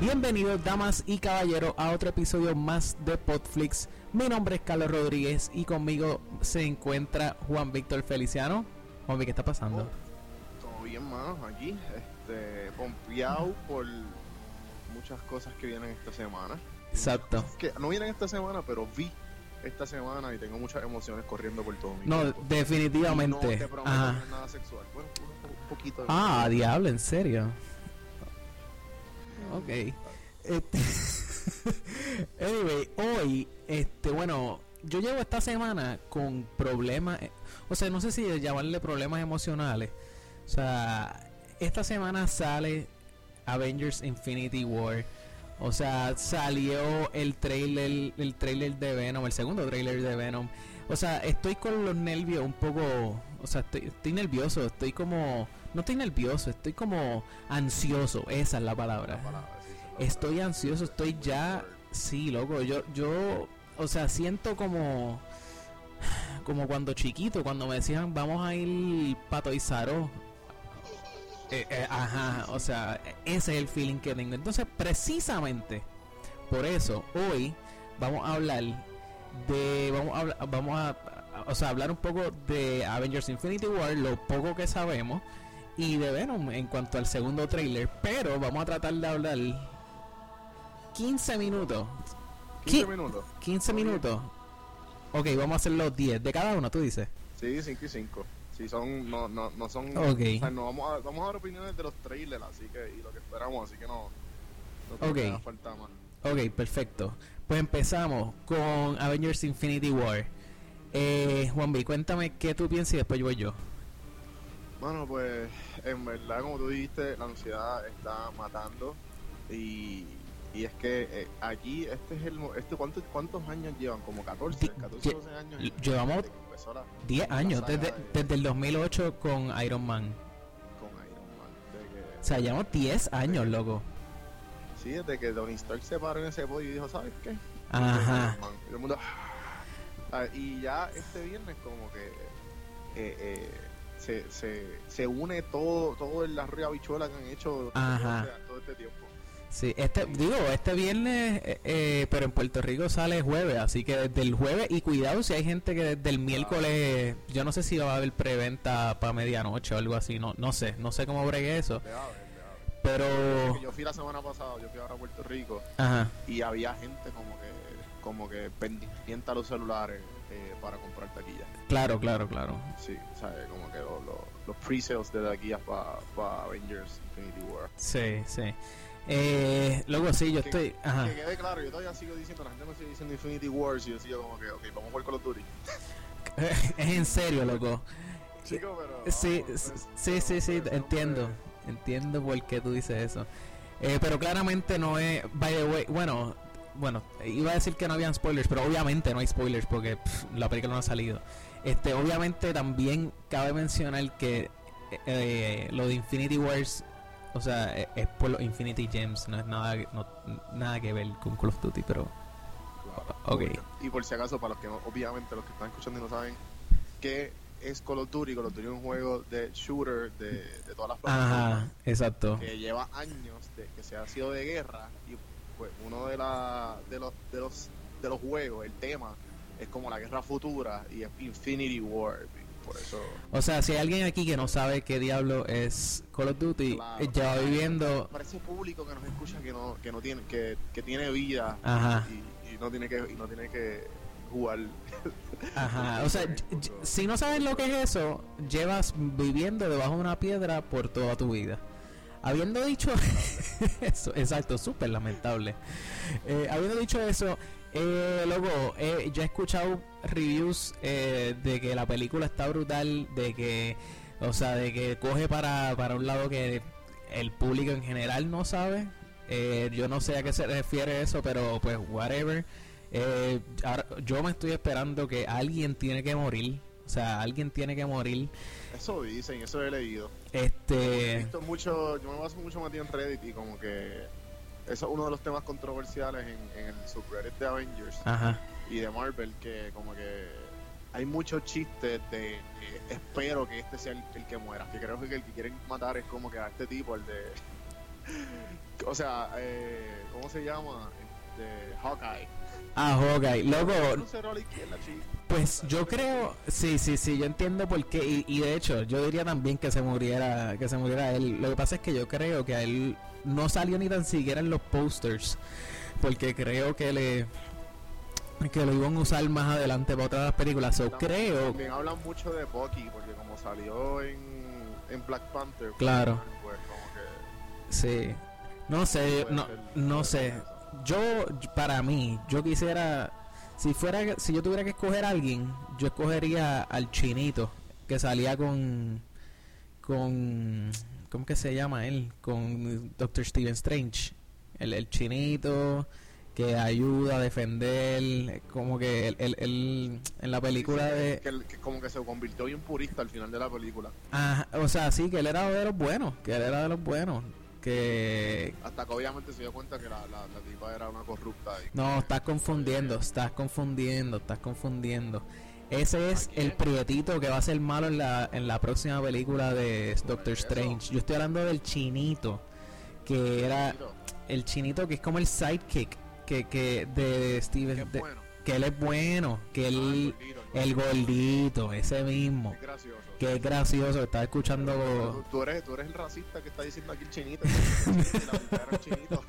Bienvenidos damas y caballeros a otro episodio más de Podflix. Mi nombre es Carlos Rodríguez y conmigo se encuentra Juan Víctor Feliciano. Juan, ¿qué está pasando? Oh, todo bien, mano, aquí, este, pompeado por muchas cosas que vienen esta semana. Exacto. Que no vienen esta semana, pero vi esta semana y tengo muchas emociones corriendo por todo mi No, cuerpo. definitivamente. No te prometo Ajá. no es nada sexual. Bueno, un, un poquito. de- Ah, diablo, en serio. Ok. Este, anyway, hoy, este, bueno, yo llevo esta semana con problemas, eh, o sea, no sé si llamarle problemas emocionales. O sea, esta semana sale Avengers Infinity War. O sea, salió el trailer, el trailer de Venom, el segundo trailer de Venom. O sea, estoy con los nervios un poco. O sea, estoy, estoy nervioso, estoy como. No estoy nervioso, estoy como ansioso. Esa es la palabra. La palabra, sí, esa es la Estoy palabra. ansioso, estoy ya. Sí, loco, yo, yo, o sea, siento como. Como cuando chiquito, cuando me decían, vamos a ir pato y Saró". Eh, eh, ajá, o sea, ese es el feeling que tengo. Entonces, precisamente por eso, hoy vamos a hablar de. Vamos a, habla- vamos a, a- o sea, hablar un poco de Avengers Infinity War, lo poco que sabemos, y de Venom en cuanto al segundo trailer. Pero vamos a tratar de hablar 15 minutos. 15 ¿Qué? minutos. 15 Está bien. minutos. Ok, vamos a hacer los 10 de cada uno, tú dices. Sí, 5 y 5. Sí, son, no, no, no son. Ok. O sea, no vamos a, vamos a dar opiniones de los trailers, así que, y lo que esperamos, así que no. No creo Ok. que haga falta más. Ok, perfecto. Pues empezamos con Avengers Infinity War. Eh, Juan B, cuéntame qué tú piensas y después voy yo. Bueno, pues en verdad, como tú dijiste, la ansiedad está matando. Y, y es que eh, aquí, este es el. mo- Este, ¿cuántos, ¿Cuántos años llevan? Como 14, Lle- 14, 12 años. lle- llevamos desde que empezó la- 10 la años, saga desde, de- desde el 2008 con Iron Man. con Iron Man. desde que- O sea, llevamos 10 años, loco. sí, desde que Don Stark se paró en ese podio y dijo, ¿sabes qué? Ajá. Man, y todo el mundo, "Ah". Y ya este viernes como que eh, eh, se, se, se une todo, todo el arroyo habichuela que han hecho Ajá. todo este- todo este tiempo. Sí, este, digo, este viernes, eh, eh, pero en Puerto Rico sale jueves, así que desde el jueves, y cuidado si hay gente que desde el miércoles, yo no sé si va a haber preventa para medianoche o algo así, no, no sé, no sé cómo bregué eso, Le va a ver, le va a ver. pero... Yo fui la semana pasada, yo fui ahora a Puerto Rico Ajá. y había gente como que como que pendiente a los celulares eh, para comprar taquillas. Claro, claro, claro. Sí, ¿sabes? Como que lo- lo- los pre-sales de taquillas para Avengers Infinity War. Sí, sí. Eh, luego sí, yo ¿Qué- estoy... Ajá. Que quede claro, yo todavía sigo diciendo, la gente me sigue diciendo Infinity Wars y yo sigo como que, ok, vamos a jugar Call of Duty. es en serio, loco. Chico, pero... Sí, vamos, s- pues, sí, pero, sí, sí, pues, no, entiendo. Entiendo por qué tú dices eso. Eh, pero claramente no es... By the way, bueno, bueno, iba a decir que no habían spoilers, pero obviamente no hay spoilers porque pff, la película no ha salido. Este, obviamente también cabe mencionar que eh, eh, lo de Infinity Wars, o sea, eh, es por los Infinity Gems, no es nada, que- no, nada que ver con Call of Duty, pero... claro. Ok. Y por si acaso, para los que no- obviamente los que están escuchando y no saben, ¿qué es Call of Duty? Call of Duty es un juego de shooter de, de todas las plataformas Ajá, exacto. que lleva años de que se ha sido de guerra y pues uno de, la, de, los, de, los, de los juegos, el tema, es como la guerra futura y es Infinity War. y Por eso... O sea, si hay alguien aquí que no sabe qué diablo es Call of Duty, Claro. eh, lleva viviendo. para ese público que nos escucha que no, que no tiene, que, que tiene vida Ajá, y, y no tiene que, y no tiene que jugar. ajá. O sea, ll- ll- si no sabes lo que es eso, llevas viviendo debajo de una piedra por toda tu vida. Habiendo dicho eso, exacto, súper lamentable. Eh, habiendo dicho eso, eh, loco, eh, yo he escuchado reviews eh, de que la película está brutal, de que, o sea, de que coge para, para un lado que el público en general no sabe. Eh, yo no sé a qué se refiere eso, pero pues, whatever. Eh, ahora- yo me estoy esperando que alguien tiene que morir. O sea, alguien tiene que morir. Eso dicen, eso he leído. He Este. visto mucho, yo me baso mucho más en Reddit y como que eso es uno de los temas controversiales en, en el subreddit de Avengers Ajá. y de Marvel que como que hay muchos chistes de eh, espero que este sea el, el que muera, que creo que el que quieren matar es como que a este tipo, el de o sea, eh, ¿cómo se llama? Este, Hawkeye. Ah, Hawkeye. Loco, Un cero a la izquierda, chico. pues yo creo, sí, sí, sí, yo entiendo por qué. Y, y de hecho, yo diría también que se muriera, que se muriera él. Lo que pasa es que yo creo que a él no salió ni tan siquiera en los posters. Porque creo que le que lo iban a usar más adelante para otras películas. Yo creo, También hablan mucho de Bucky, porque como salió en, en Black Panther. pues, Claro. Pues como que. sí. No sé, puede no, ser- no puede sé. ser eso. Yo, para mí, yo quisiera, si fuera, si yo tuviera que escoger a alguien, yo escogería al chinito que salía con, con, ¿cómo que se llama él? Con Doctor Steven Strange, el, el chinito que ayuda a defender, como que él, él- él en la película Sí, sí, de, Que, el- que como que se convirtió en purista al final de la película. ajá, o sea, sí, que él era de los buenos, que él era de los buenos, que Hasta que obviamente se dio cuenta que la, la, la tipa era una corrupta. y- No, estás confundiendo, estás confundiendo, estás confundiendo. Ese es ¿A quién? el prietito que va a ser malo en la, en la próxima película de Doctor eso. Strange. Yo estoy hablando del chinito, que era Mira, el chinito que es como el sidekick que, que de que Steven, es de- bueno. que él es bueno, que Ah, él, gordito, el gordito. gordito, ese mismo, Es gracioso. que es gracioso, estaba escuchando... Tú, tú eres, tú eres el racista que está diciendo aquí el chinito. la mujer era un chinito.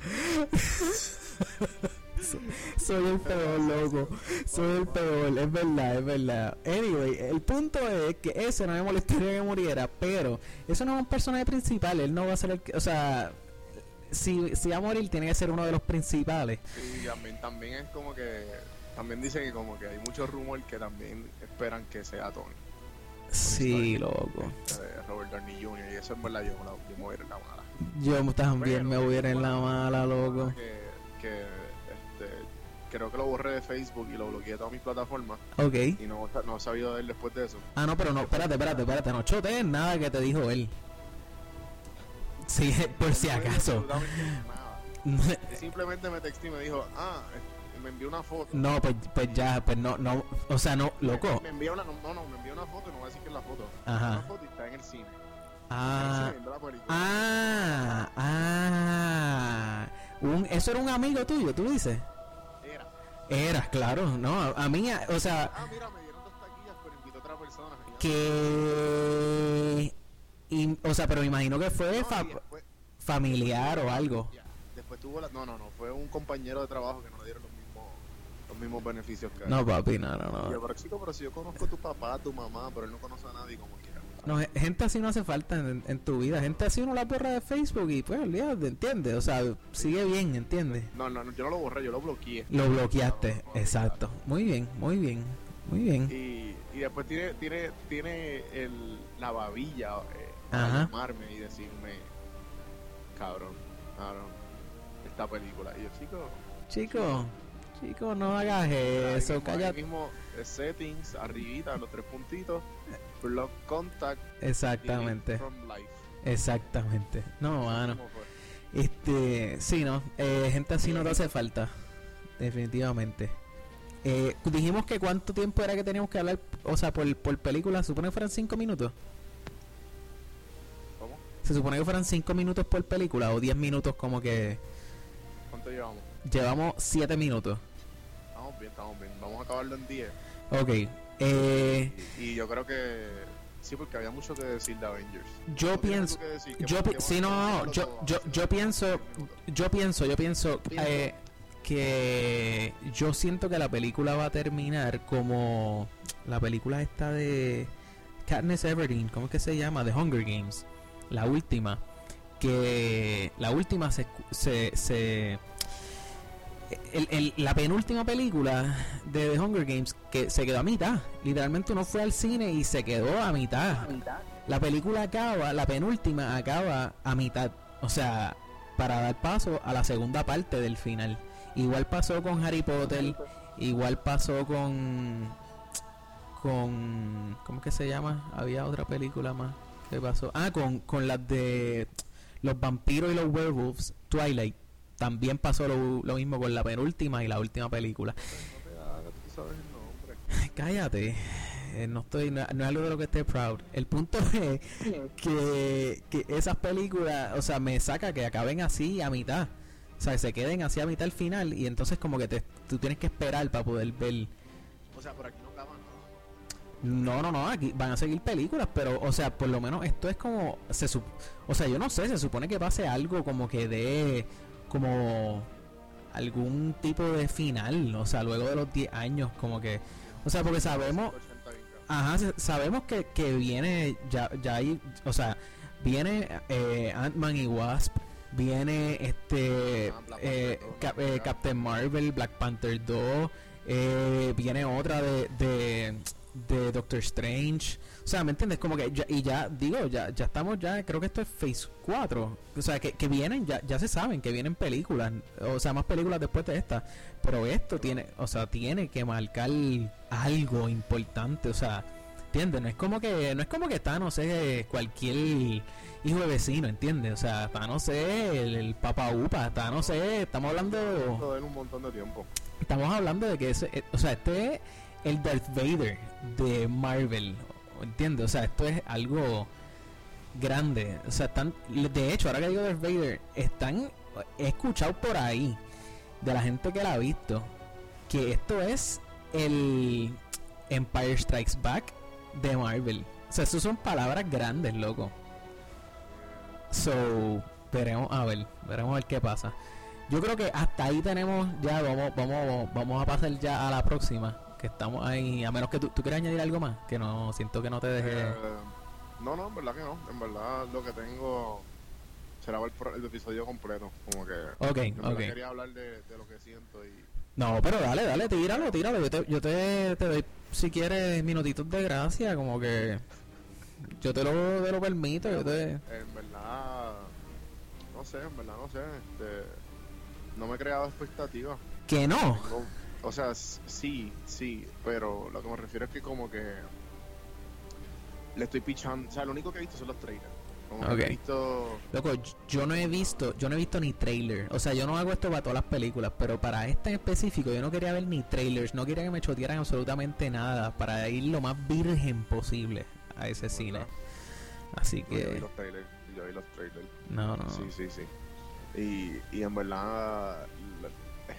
Soy el peor, loco. Soy el peor, es verdad, es verdad. Anyway, el punto es que ese no me molestaría que muriera, pero eso no es un personaje principal, él no va a ser el que, o sea, si, si va a morir tiene que ser uno de los principales. Y también, también es como que. También dicen que como que hay mucho rumor que también esperan que sea Tony. Sí, loco. eh, Robert Downey Jr. Y eso es verdad, yo, me la- yo me voy a ir en la mala. Yo también me Pero, voy a ir en la bueno, mala, loco. Que, que este, creo que lo borré de Facebook y lo bloqueé de todas mis plataformas. Ok. Y no, no he sabido de él después de eso. Ah, no, pero no, espérate, espérate, espérate, no chotees nada que te dijo él. Sí, por si No me dijo acaso. absolutamente nada. Eh, Simplemente me texté y me dijo, ah, eh, me envió una foto. No, pues, pues ya, pues no, no, o sea, no, loco. Me envió una, no, no, no, me envió una foto y no voy a decir que es la foto. Una Ajá. foto y está en el cine. Ah. En el cine, viendo la película. Ah, ah. Un, eso era un amigo tuyo, tú dices. Era. Era, claro, no, a, a mí, a- o sea, Ah, mira, me dieron dos taquillas, pero invitó a otra persona. Y yo, que... y- o sea, pero me imagino que no, fue y fa- después- familiar o algo. ya. Después tuvo la. No, no, no. Fue un compañero de trabajo que no le dieron los mismos, los mismos beneficios que a él. No, papi, no, no, Y yo, no. pero chico, pero si yo conozco a tu papá, a tu mamá, pero él no conoce a nadie como quiera. No, ge- gente así no hace falta en, en tu vida. Gente así uno la borra de Facebook y pues, olvídate, ¿entiendes? O sea, sigue bien, ¿entiendes? No, no, no, yo no lo borré, yo lo bloqueé. Lo bloqueaste, exacto. Muy bien, muy bien, muy bien. Y, y después tiene, tiene, tiene el, la babilla eh, para Ajá. llamarme y decirme, cabrón, cabrón, esta película. Y yo, chico, Chico, chico, no hagas ahí eso, mismo- ahí cállate. mismo eh, settings, arribita, los tres puntitos, block contact, delete Exactamente, from life. exactamente. No, mano. ¿Cómo fue? Este, sí, no. eh, gente así no te hace falta. Definitivamente. Eh, dijimos que cuánto tiempo era que teníamos que hablar, o sea, por, por película, se supone que fueran 5 minutos. ¿Cómo? Se supone que fueran 5 minutos por película o 10 minutos como que ¿Cuánto llevamos? llevamos 7 minutos. Estamos bien, estamos bien. Vamos a acabarlo en 10. Ok. Eh, Y, y yo creo que sí, porque había mucho que decir de Avengers. yo ¿Tú tienes pienso... algo que decir? ¿Qué Yo, más- pi- qué más- sí, no, no, no, qué más yo, lo yo, todo? yo pienso, yo pienso, yo pienso Pienso. eh, que yo siento que la película va a terminar como la película esta de Katniss Everdeen, ¿cómo es que se llama? The Hunger Games, la última, que la última se, escu- se, se- el- el- la penúltima película de The Hunger Games que se quedó a mitad, literalmente uno fue al cine y se quedó a mitad. La película acaba, la penúltima acaba a mitad, o sea, para dar paso a la segunda parte del final. Igual pasó con Harry Potter, igual pasó con con ¿cómo que se llama? Había otra película más que pasó. Ah, con con las de los vampiros y los werewolves, Twilight. También pasó lo, lo mismo con la penúltima y la última película. No te da- tú sabes el nombre. Cállate. eh, no estoy no, no es algo de lo que esté proud. El punto es que, que esas películas, o sea, me saca que acaben así a mitad. O sea, que se queden así a mitad al final y entonces como que te, tú tienes que esperar para poder ver. O sea, por aquí no acaba nada. No, no, no, aquí van a seguir películas, pero, o sea, por lo menos esto es como, se sup- o sea, yo no sé, se supone que pase algo como que de, como, algún tipo de final, o sea, luego de los 10 años, como que, o sea, porque sabemos, 180 gringas. Ajá, se- sabemos que, que viene, ya, ya hay, o sea, viene eh, Ant-Man y Wasp, viene este Ah, Black eh, Panther 2, Cap- no eh, llega. Captain Marvel, Black Panther 2, eh, viene otra de, de, de Doctor Strange, o sea, ¿me entiendes? Como que, ya- y ya, digo, ya, ya estamos ya, creo que esto es Phase 4, o sea, que, que vienen, ya, ya se saben que vienen películas, o sea, más películas después de esta, pero esto tiene, o sea, tiene que marcar algo importante, o sea, ¿entiendes? No es como que, no es como que Thanos es eh, cualquier hijo de vecino, ¿entiendes? O sea, Thanos es el, el papa upa, Thanos es, estamos hablando, Esto en un montón de tiempo. estamos hablando de que ese, eh, o sea, este es el Darth Vader de Marvel, ¿entiendes? O sea, esto es algo grande, o sea, están, de hecho, ahora que digo Darth Vader, están, he escuchado por ahí de la gente que la ha visto que esto es el Empire Strikes Back de Marvel. O sea, eso son palabras grandes, loco. So, veremos a ver, veremos a ver qué pasa. Yo creo que hasta ahí tenemos ya, vamos, vamos, vamos a pasar ya a la próxima, que estamos ahí, a menos que tú, tú quieras añadir algo más, que no, siento que no te dejé. Eh, no, no, en verdad que no. En verdad lo que tengo será ver por el episodio completo. Como que. Ok, en verdad ok. quería hablar de, de lo que siento y. No, pero dale, dale, tíralo, tíralo. Yo te, yo te, te doy, si quieres, minutitos de gracia, como que... Yo te lo, te lo permito, yo te... En verdad. No sé, en verdad no sé. Este, no me he creado expectativas. Que no. Tengo- o sea, s- sí, sí, pero lo que me refiero es que como que le estoy pichando, o sea, lo único que he visto son los trailers. Como que Ok. he visto Loco, yo- yo no he visto, yo no he visto ni trailer. O sea, yo no hago esto para todas las películas, pero para esta en específico yo no quería ver ni trailers, no quería que me chotearan absolutamente nada para ir lo más virgen posible a ese cine. ¿Verdad? Así no, yo vi que los trailers, yo vi los trailers. no, no. Sí, sí, sí. Y, y en verdad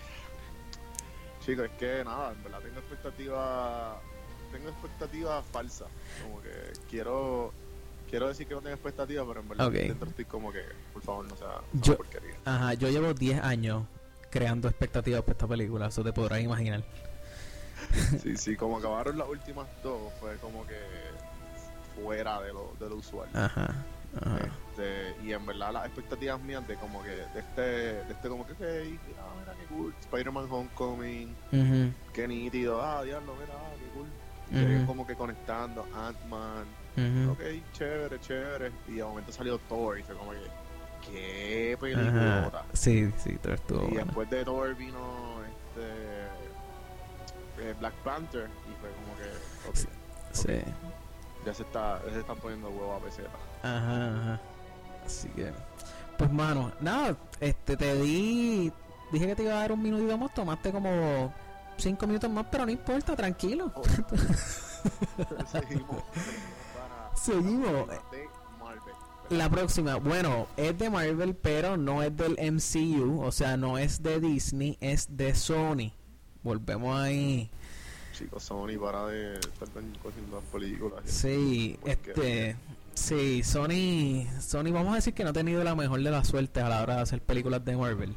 la- Chicos, es que nada, en verdad tengo expectativas tengo expectativas falsas. Como que quiero quiero decir que no tengo expectativas, pero en verdad Ok. dentro estoy como que, por favor, no sea una Yo- porquería. Ajá, yo llevo 10 años creando expectativas para esta película, eso te podrás imaginar. Sí, sí, como acabaron las últimas dos, fue como que fuera de lo, de lo usual. Ajá. Ajá. Este, y en verdad las expectativas mías de como que, de este, de este como que, ok, ah, mira qué cool, Spider-Man Homecoming, Ujú, qué nítido, ah, diablo, mira, ah, qué cool. ujú, Llegué como que conectando, Ant-Man, ujú. ok, chévere, chévere. Y de momento salió Thor y fue como que, qué película. Ajá. Sí, sí, todo estuvo Y bueno. después de Thor vino este eh, Black Panther y fue como que, ok, Sí. Ya se, está, ya se están poniendo huevo a peseta. Ajá, ajá. Así que. Pues mano, nada, este te di. Dije que te iba a dar un minutito más, tomaste como cinco minutos más, pero no importa, tranquilo. Oh. Seguimos. Seguimos para Seguimos. la de Marvel. La próxima, bueno, es de Marvel, pero no es del MCU, o sea, no es de Disney, es de Sony. Volvemos ahí. Chicos, Sony para de estar tan- cogiendo las películas. Sí, este. Sí, Sony. Sony, vamos a decir que no ha tenido la mejor de las suertes a la hora de hacer películas de Marvel.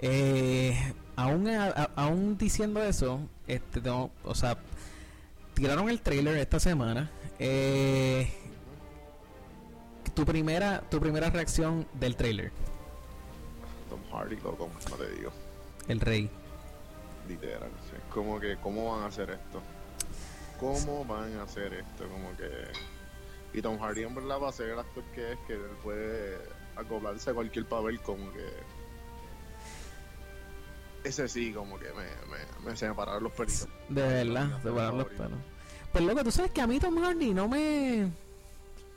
Eh, aún, a- a- aún diciendo eso, este, tengo- o sea, tiraron el trailer esta semana. Eh, tu primera, tu primera reacción del trailer, Tom Hardy, loco, no te digo. el rey. Literal. sí. Es como que, ¿cómo van a hacer esto? ¿Cómo van a hacer esto? Como que. Y Tom Hardy, en verdad, va a ser el actor que es, que él puede acoplarse a cualquier papel, como que. Ese sí, como que me, me, me se me pararon los pelitos. De verdad, de parar los pelos. Pues loco, tú sabes que a mí Tom Hardy no me.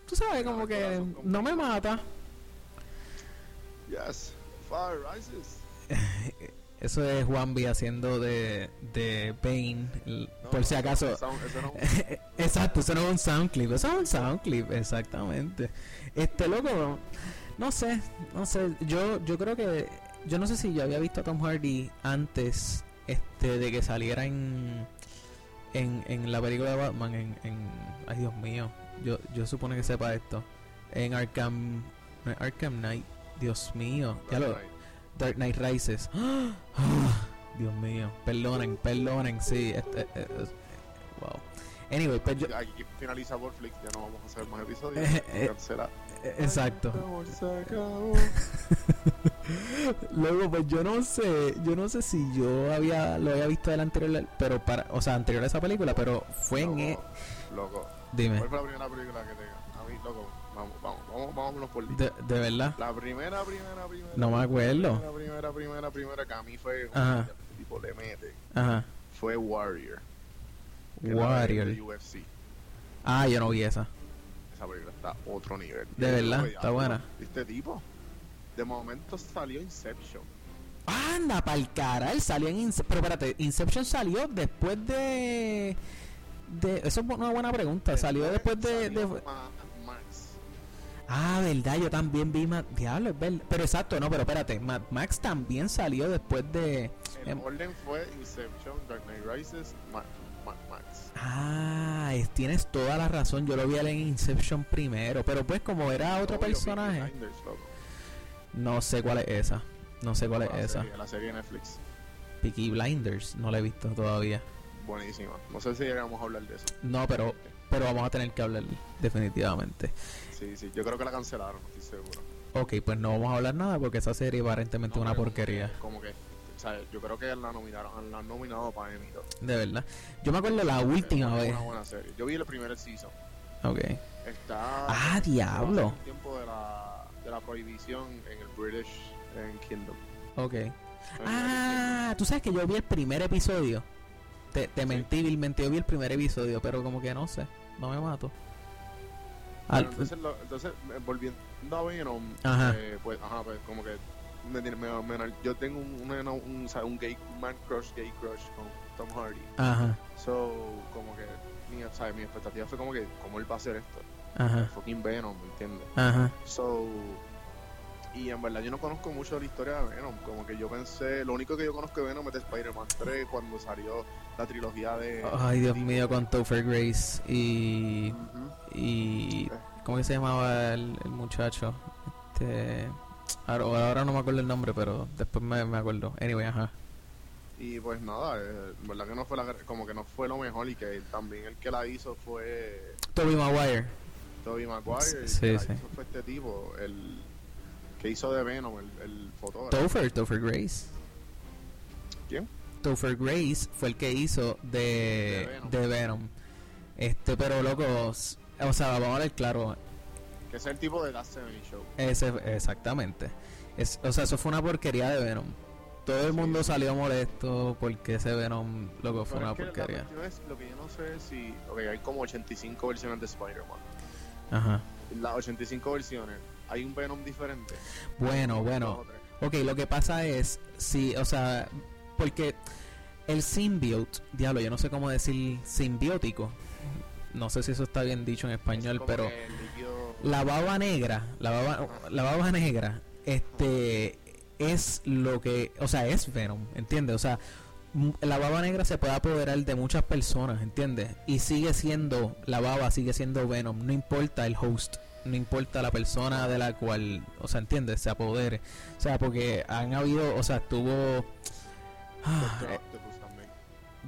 Tú sabes, como que no me mata. Yes, fire rises. Eso es Juanvi haciendo de, de Bane, l- por si acaso. sound- eso no- Exacto, eso no es un sound clip, eso es un sound clip, exactamente. Este loco, no sé, no sé, yo, yo creo que, yo no sé si yo había visto a Tom Hardy antes este, de que saliera en, en, en la película de Batman, en, en- ay Dios mío, yo, yo supone que sepa esto, en Arkham, no, en Arkham Knight, Dios mío, ya lo, Dark Knight Rises. Ah, Dios mío, perdonen, perdonen, sí, este, eh, eh, wow. Anyway, pues yo, Aquí finaliza Netflix, ya no vamos a hacer más episodios. Eh, eh, Cancela. Eh, Exacto. Luego, pues yo no sé, yo no sé si yo había lo había visto del anterior, pero para, o sea, anterior a esa película, pero fue en, e- Loco, loco. dime, ¿Cuál fue la primera película que te A mí, loco, vamos, vamos, vamos, vámonos por de, de verdad, La primera, primera, primera. no me acuerdo. La primera, primera, primera que a mí fue. Ajá. Tipo, le mete. Ajá. Fue Warrior. que era de- de Warrior. UFC. Ah, yo no vi esa. Esa película está a otro nivel. De Y yo, verdad, oye, está ah, buena. Este tipo. De momento salió Inception. Anda pa'l caral, salió en Inception. Pero espérate, Inception salió después de. de eso es una buena pregunta. Salió después de. salió de- Mad Max. Ah, verdad, yo también vi Mad. Diablo, es verdad. Pero exacto, no, pero espérate, Mad Max también salió después de. El Em- orden fue Inception, Dark Knight Rises, Mad, Mad Max. Ah, es- tienes toda la razón. Yo lo vi en Inception primero. Pero pues, como era otro Obvio, Peaky personaje, Blinders, loco. no sé cuál es esa. No sé cuál es La esa. serie- La serie de Netflix. Peaky Blinders, no la he visto todavía. Buenísima. No sé si llegamos a hablar de eso. No, pero, pero vamos a tener que hablar, definitivamente. Sí, sí. Yo creo que la cancelaron, estoy seguro. Ok, pues no vamos a hablar nada porque esa serie aparentemente es No, una pero porquería, Como que, o sea, yo creo que la nominaron, la han nominado para Emmy. loco. de verdad. Yo me acuerdo la Es última una vez. Una buena serie. Yo vi el primer season. Ok. Está. Ah, hace diablo. un tiempo de la, de la prohibición en el British en Kingdom. Ok. En el Ah, tú sabes que yo vi el primer episodio. Te, te mentí vilmente, yo vi el primer episodio, pero como que no sé, no me mato. Al- Pero entonces, lo- entonces, eh, volviendo a Venom, Ajá. eh, pues, ajá, pues, como que me tiene- me- me- yo tengo un, un, un, o sea, un gay man crush, gay crush con Tom Hardy. Ajá, So, como que mi, o sea, mi expectativa fue como que, ¿cómo él va a hacer esto? ajá, Fucking Venom, ¿me entiendes? ajá. So, y en verdad yo no conozco mucho de la historia de Venom, como que yo pensé, lo único que yo conozco de Venom es de Spider-Man 3 cuando salió la trilogía de... Ay, Dios mío, con Topher Grace y. Ujú. y ¿Cómo que se llamaba el, el muchacho? Este. Ahora, ahora no me acuerdo el nombre, pero después me, me acuerdo. Anyway, ajá. Y pues nada, eh, en verdad que no fue la, como que no fue lo mejor y que también el que la hizo fue Toby Maguire. Toby Maguire. y el Sí, que la sí. hizo fue este tipo, el que hizo de Venom, el, el fotógrafo. Topher, Topher Grace. ¿Quién? Topher Grace fue el que hizo de, De Venom. de Venom. Este, pero locos. O sea, vamos a hablar claro. Que es el tipo de Last Seven Show. Ese, exactamente. Es, o sea, eso fue una porquería de Venom. Todo el Sí. mundo salió molesto porque ese Venom, loco, fue una Pero es que la porquería. cuestión es, lo que yo no sé es si. Ok, hay como 85 versiones de Spider-Man. Ajá. Las 85 versiones, hay un Venom diferente. Bueno, Dos bueno. o tres. Ok, lo que pasa es, sí, o sea, porque el symbiote, diablo, yo no sé cómo decir simbiótico. No sé si eso está bien dicho en Es español, como pero que el líquido- la baba negra, la baba, la baba negra, este, es lo que, o sea, es Venom, ¿entiendes? O sea, m- la baba negra se puede apoderar de muchas personas, ¿entiendes? Y sigue siendo, la baba sigue siendo Venom, no importa el host, no importa la persona de la cual, o sea, ¿entiendes? Se apodere. O sea, porque han habido, o sea, estuvo... Ah, Doctor eh, Octopus pues, también.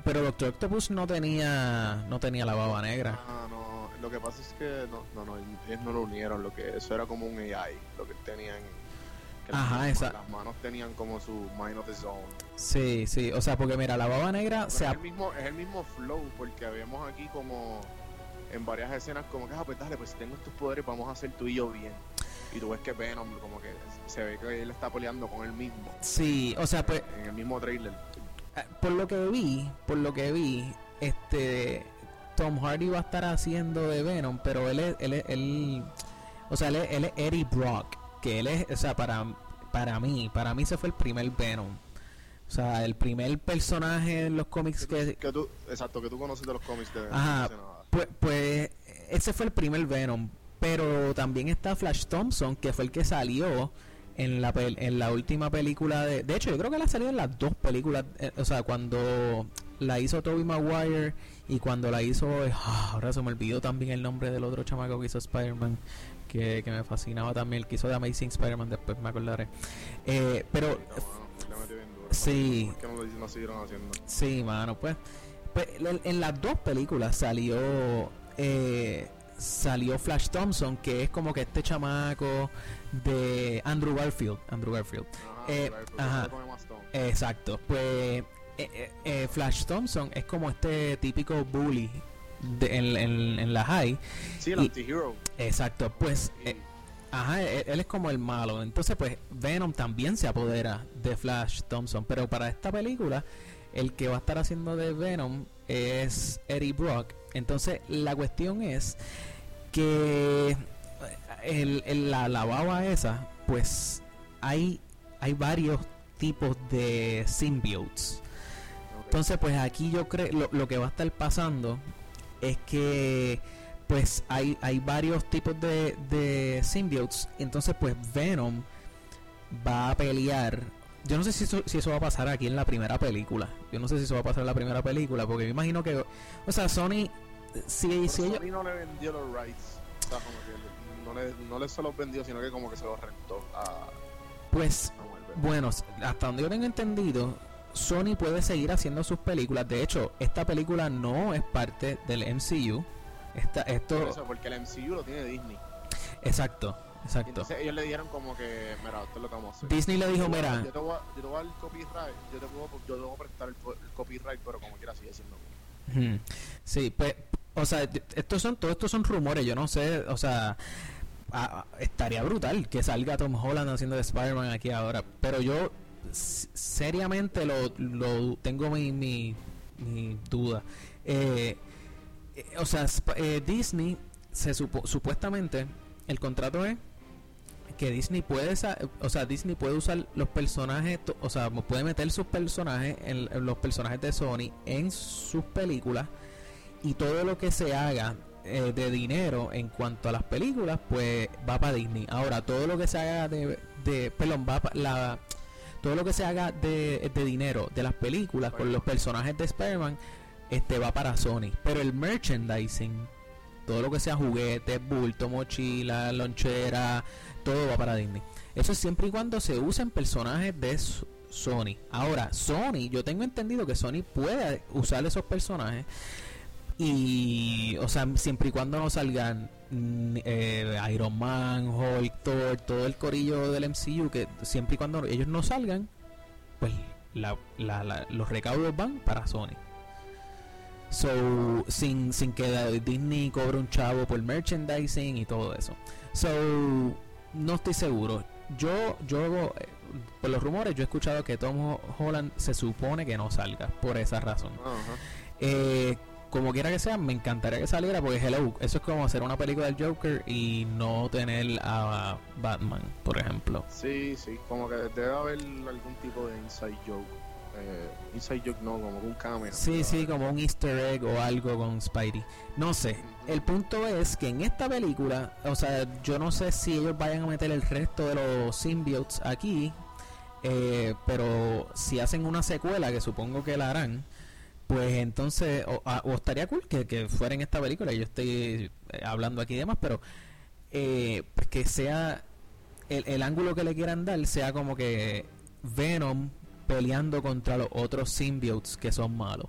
pero Doctor Octopus no tenía, no tenía la baba negra. Ah, no, lo que pasa es que no, no, no, ellos no lo unieron, lo que eso era como un AI, lo que tenían. que las Ajá, manos- esa- Las manos tenían como su mind of the zone. Sí, sí, o sea, porque mira, la baba negra Pero se... es, ap- el mismo, es el mismo flow, porque vemos aquí como en varias escenas como que, ah, pues dale, pues si tengo estos poderes vamos a hacer tú y yo bien. Y tú ves que Venom como que se ve que él está peleando con él mismo, Sí, o sea, pues en el mismo trailer. Ah, por lo que vi, por lo que vi, este Tom Hardy va a estar haciendo de Venom, pero él es, él es- él- o sea, él es, él es Eddie Brock, que él es, o sea, para, para mí, para mí se fue el primer Venom. O sea, el primer personaje en los cómics que... Que tú, exacto, que tú conoces de los cómics de Ajá, de nada. pues, pues ese fue el primer Venom. Pero también está Flash Thompson, que fue el que salió en la, pel- en la última película de... De hecho, yo creo que la salió en las dos películas. eh, o sea, cuando la hizo Tobey Maguire y cuando la hizo... ah, ahora se me olvidó también el nombre del otro chamaco que hizo Spider-Man. Que, que me fascinaba también, el que hizo de Amazing Spider-Man, después me acordaré. Eh, pero No, mano, le metí bien duro. Sí. ¿Por qué no lo no siguieron haciendo? Sí, mano, pues. pues, en- en las dos películas salió. eh, salió Flash Thompson, que es como que este chamaco de Andrew Garfield. Andrew Garfield. Ajá, Eh, claro, ajá. Con Emma Stone. Exacto. Pues. eh, eh, eh, Flash Thompson es como este típico bully de- en, en- en la high. Sí, el y- antihero. Exacto. Pues. Y- eh, Ajá, e- él, es como el malo. Entonces, pues, Venom también se apodera de Flash Thompson. Pero para esta película, el que va a estar haciendo de Venom es Eddie Brock. Entonces, la cuestión es que el, el- la, la baba esa, pues, hay, hay varios tipos de symbiotes. ok. Entonces, pues aquí yo creo lo, lo que va a estar pasando es que pues hay, hay varios tipos de, de symbiotes. Entonces, pues Venom va a pelear. Yo no sé si eso, si eso va a pasar aquí en la primera película. Yo no sé si eso va a pasar en la primera película. Porque me imagino que. O sea, Sony. Si, Pero si ellos- Sony no le vendió los rights. O sea, como que no le, no le se los vendió, sino que como que se los rentó a, Pues a Marvel. Bueno, s- hasta donde yo tengo entendido, Sony puede seguir haciendo sus películas. De hecho, esta película no es parte del MCU. Esta, Por esto, eso, porque el MCU lo tiene Disney. exacto, Y exacto. entonces ellos le dieron como que, mira, esto es lo que vamos a hacer. Disney le dijo, Yo te voy a- mira, Yo te voy a, yo te voy a dar el copyright, yo te puedo, yo te voy a prestar el, co- el copyright, pero como quiera sigue siendo. ujú, sí, pues, o sea, d- estos son, todos estos son rumores, yo no sé, o sea, a- a- estaría brutal que salga Tom Holland haciendo de Spider-Man aquí ahora, pero yo s- seriamente lo, lo- tengo mi, mi, mi duda. Eh, eh, o sea, Sp- eh, Disney se supo- supuestamente el contrato es que Disney puede, sa- o sea, Disney puede usar los personajes, to- o sea, mo- puede meter sus personajes en, en los personajes de Sony en sus películas y todo lo que se haga eh, de dinero en cuanto a las películas, pues va para Disney. Ahora todo lo que se haga de, de perdón, va pa- la todo lo que se haga de, de dinero de las películas con los personajes de Spider-Man este va para Sony, pero el merchandising, todo lo que sea juguetes, bulto, mochila, lonchera, todo va para Disney. Eso es siempre y cuando se usen personajes de S- Sony. Ahora, Sony, yo tengo entendido que Sony puede usar esos personajes y, o sea, siempre y cuando no salgan mm, eh, Iron Man, Hulk, Thor, todo el corillo del MCU, que siempre y cuando ellos no salgan, pues la- la- la- los recaudos van para Sony. So, sin, sin que la- Disney cobre un chavo por merchandising y todo eso. So, no estoy seguro. Yo, yo, eh, por los rumores, yo he escuchado que Tom Ho- Holland se supone que no salga por esa razón. Ajá. Eh, como quiera que sea, me encantaría que saliera porque Hello, eso es como hacer una película del Joker y no tener a Batman, por ejemplo. Sí, sí, como que debe haber algún tipo de inside joke. Eh, inside joke no, como que un cameo. Sí, sí, como un easter egg o algo con Spidey. No sé. El punto es que en esta película, o sea, yo no sé si ellos vayan a meter el resto de los symbiotes aquí, eh, pero si hacen una secuela, que supongo que la harán, pues entonces, o, a- o estaría cool que, que fuera en esta película, yo estoy eh, hablando aquí y demás, pero eh, pues que sea el, el ángulo que le quieran dar sea como que Venom peleando contra los otros symbiotes que son malos.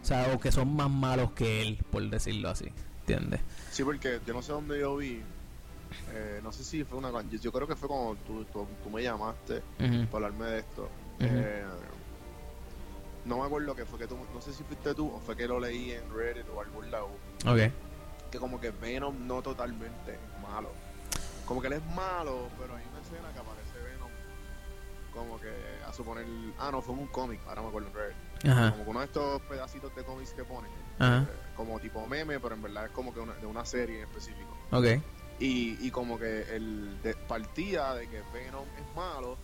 O sea, o que son más malos que él, por decirlo así. ¿Entiendes? Sí, porque yo no sé dónde yo vi. eh, no sé si fue una. Yo, yo creo que fue cuando tú, tú- tú me llamaste para hablarme de esto. Eh, no me acuerdo que fue que tú. No sé si fuiste tú o fue que lo leí en Reddit o algún lado. Ok. Que como que Venom no totalmente es malo. Como que él es malo, pero hay una escena que aparece Venom. Como que a suponer. Ah, no, fue en un cómic. Ahora me acuerdo en Reddit. Ajá. como que uno de estos pedacitos de cómics que ponen, Ajá. eh, como tipo meme, pero en verdad es como que una- de una serie en específico. Ok. Y, y como que el de- partía de que Venom es malo,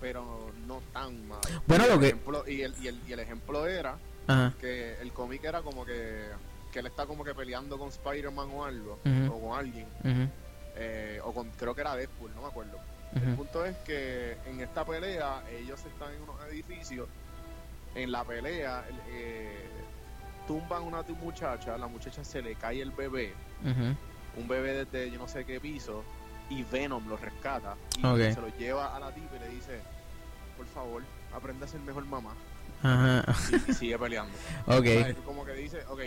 pero no tan malo. Bueno, Y el Ah, lo que- ejemplo- y, el, y, el, y el ejemplo era Ajá. que el cómic era como que, que él está como que peleando con Spider-Man o algo, Ujú. o con alguien, Ujú, eh, o con, creo que era Deadpool, no me acuerdo. El ujú. punto es que en esta pelea, ellos están en unos edificios. En la pelea, el- eh, tumban una tu- muchacha, la muchacha se le cae el bebé, Ujú. un bebé desde yo no sé qué piso, y Venom lo rescata. Y Ok. se lo lleva a la tipa y le dice: Por favor, aprende a ser mejor mamá. Ajá. Y, y sigue peleando. O sea, Ok. es como que dice: Ok,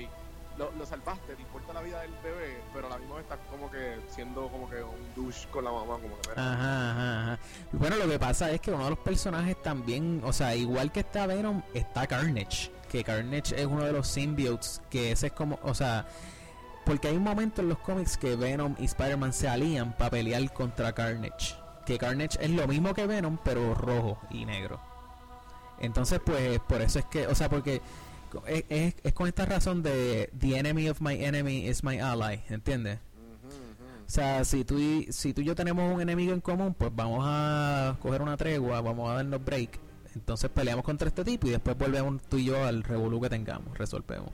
lo, lo salvaste, te importa la vida del bebé, pero a la misma vez estás como que siendo como que un douche con la mamá, como que. "Mira, Ajá, ajá, ajá. Bueno, lo que pasa es que uno de los personajes también, o sea, igual que está Venom, está Carnage. Que Carnage es uno de los symbiotes, que ese es como, o sea, porque hay un momento en los cómics que Venom y Spider-Man se alían para pelear contra Carnage. Que Carnage es lo mismo que Venom, pero rojo y negro. Entonces, pues, por eso es que, o sea, porque co- es, es- es con esta razón de The enemy of my enemy is my ally, ¿entiendes? ujú, ujú". O sea, si tú, y, si tú y yo tenemos un enemigo en común, pues vamos a coger una tregua, vamos a darnos break. Entonces peleamos contra este tipo y después volvemos tú y yo al revolú que tengamos, resolvemos.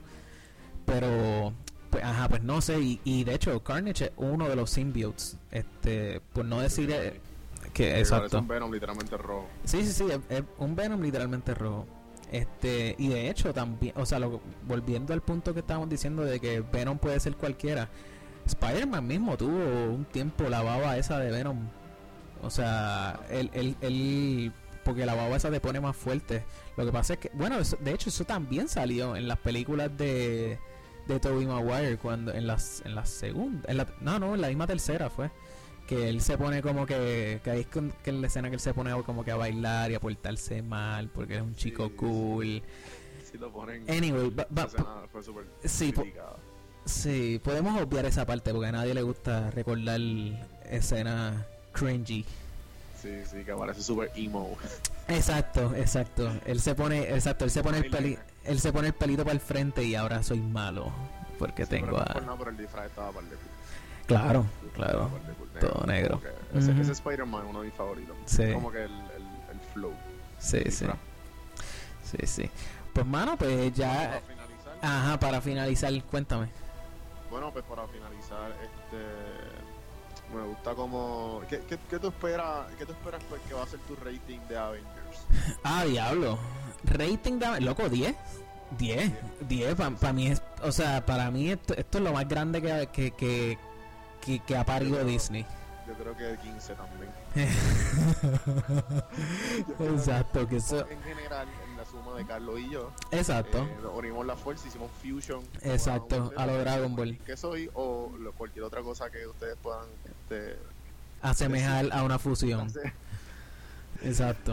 Pero, pues, ajá, pues no sé. Y, y de hecho, Carnage es uno de los symbiotes. Este, por no decir eh, que, Es exacto. un Venom literalmente rojo. Sí, sí, sí, es, es un Venom literalmente rojo. Este, y de hecho también, o sea, lo- volviendo al punto que estábamos diciendo de que Venom puede ser cualquiera, Spider-Man mismo tuvo un tiempo la baba esa de Venom. O sea, él, él, él- porque la baba esa te pone más fuerte. Lo que pasa es que, bueno, eso- de hecho eso también salió en las películas de, de Tobey Maguire, cuando, en las, en la segunda, en la, no, no, en la misma tercera fue que él se pone como que que ahí es con- que en la escena que él se pone como que a bailar y a portarse mal porque él es un Sí, chico sí. cool Si lo ponen. anyway va- va- no sé nada, fue súper sí, po- criticado. sí podemos obviar esa parte porque a nadie le gusta recordar escenas cringy Sí, sí, que parece súper emo. exacto exacto él se pone exacto él se pone el peli Eyeliner. él se pone el pelito para el frente y ahora soy malo porque Sí, tengo pero no a por nada, pero el disfraz estaba par de cool. claro Estaba claro par de cool, todo negro. Como que Ese, Ujú. ese Spider-Man es uno de mis favoritos. sí Como que el, el, el flow. sí sí disfraz. sí sí pues mano pues Para ya finalizar, ajá para finalizar cuéntame bueno, pues para finalizar, este. Me gusta como. ¿Qué, qué, qué tú esperas qué tú esperas pues, que va a ser tu rating de Avengers? Ah, diablo. Rating de... Loco, 10. 10. 10 para mí es... O sea, para mí esto, esto es lo más grande que, que, que, que, que ha parido Disney. Yo creo que 15 también. exacto, que eso... En general, en la suma de Carlos y yo, Exacto. Eh, nos unimos la fuerza, hicimos fusion. Exacto, a lo Dragon Ball. Que soy o lo- cualquier otra cosa que ustedes puedan este, Asemejar a una fusión. hacer. Exacto.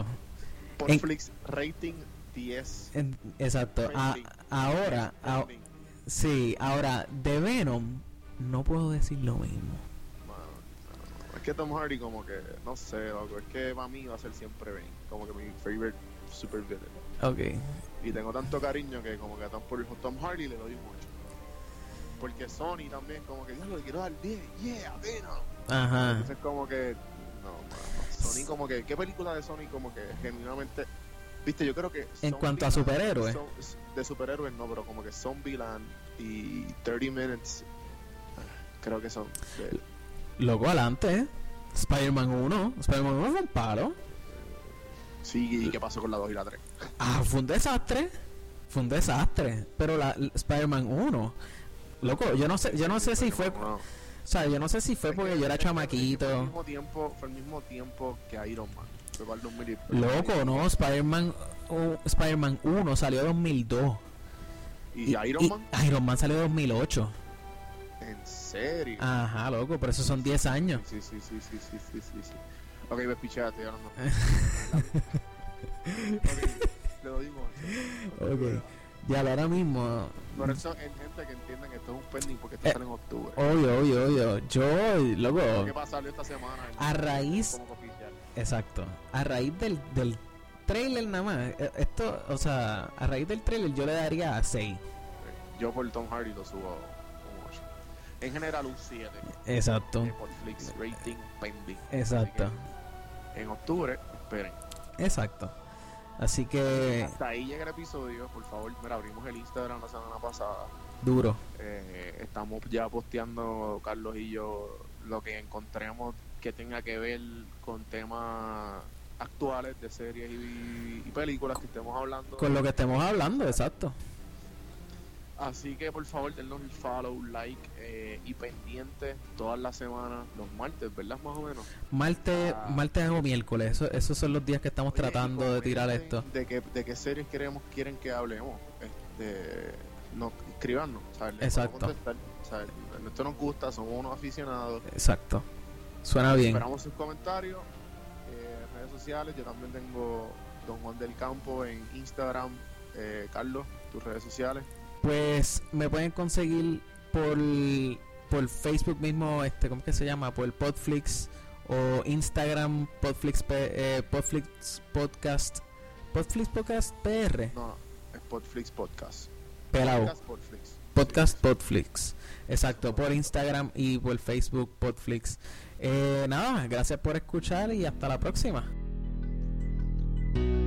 En- Porflix rating 10. En- Exacto. A- Rating. ahora... a- Rating. sí, ahora, de Venom no puedo decir lo mismo. Mano, no, es que Tom Hardy como que, no sé, loco, es que para mí va a ser siempre Bane, como que mi favorite super villain. Ok. Y tengo tanto cariño que como que a Tom, por Tom Hardy le doy mucho. Porque Sony también como que, diablo, le quiero dar 10, yeah, Venom. Ajá. Entonces como que no, mano, Sony como que qué película de Sony como que genuinamente viste yo creo que En cuanto a Zombieland- superhéroes. Zo- de superhéroes no pero como que Zombieland y 30 Minutes creo que son de- Loco, adelante, ¿eh? Spider-Man 1. Spider-Man 1 fue un paro. sí y qué pasó con la 2 y la 3 Ah, fue un desastre. Fue un desastre. Pero la la Spider-Man 1. Loco, yo no sé, yo no sé si fue, o No. sea, yo no sé si fue porque yo era fue al chamaquito. mismo tiempo fue al mismo tiempo que Iron Man fue para el 2000 y- Loco, no, Spider-Man oh, Spider-Man 1 salió 2002. y, Iron Man Iron Man salió 2008. en serio Ajá, loco, por eso son 10 años. sí sí sí sí sí sí sí sí ok pues, me pichaste ya no no. Ok, le doy un ocho. Ok. Ya lo ahora mismo. Por eso hay gente que entienda que esto es un pending porque esto Eh, sale en octubre. Obvio, obvio, obvio. Yo, loco. ¿Qué pasa salió esta semana? A raíz- Como que oficial. Exacto. A raíz del, del trailer nada más. eh, Esto, o sea, a raíz del trailer yo le daría a 6. Yo por Tom Hardy lo subo a un 8. En general un eh, 7. Exacto. Por Flix rating pending. Oh. Exacto. En octubre, esperen. Exacto. Así que Hasta ahí llega el episodio, por favor. Mira, abrimos el Instagram la semana pasada. duro. Eh, estamos ya posteando, Carlos y yo, lo que encontremos que tenga que ver con temas actuales de series y, y películas que estemos hablando. Con lo que estemos hablando, exacto. Así que por favor denos el follow, like eh, y pendiente todas las semanas, los martes, ¿verdad? Más o menos. Martes, Ah. martes o miércoles, eso- esos son los días que estamos Oye, tratando de comenten tirar esto. De qué, de qué series queremos, quieren que hablemos. Este, no, escribanos, ¿sabes? Les Exacto. podemos contestar, ¿sabes? Esto nos gusta, somos unos aficionados. Exacto. Suena Ah, bien. Esperamos sus comentarios. eh, redes sociales, yo también tengo Don Juan del Campo en Instagram. Eh, Carlos, tus redes sociales. Pues me pueden conseguir por, por Facebook mismo, este, ¿cómo es que se llama? Por Podflix o Instagram Podflix, P- eh, Podflix Podcast. Podflix Podcast PR. No, Spotflix Podcast. Pelao. Podcast Podflix. Podcast Podflix. Exacto, por Instagram y por Facebook Podflix. Eh, nada, gracias por escuchar y hasta la próxima. Sí.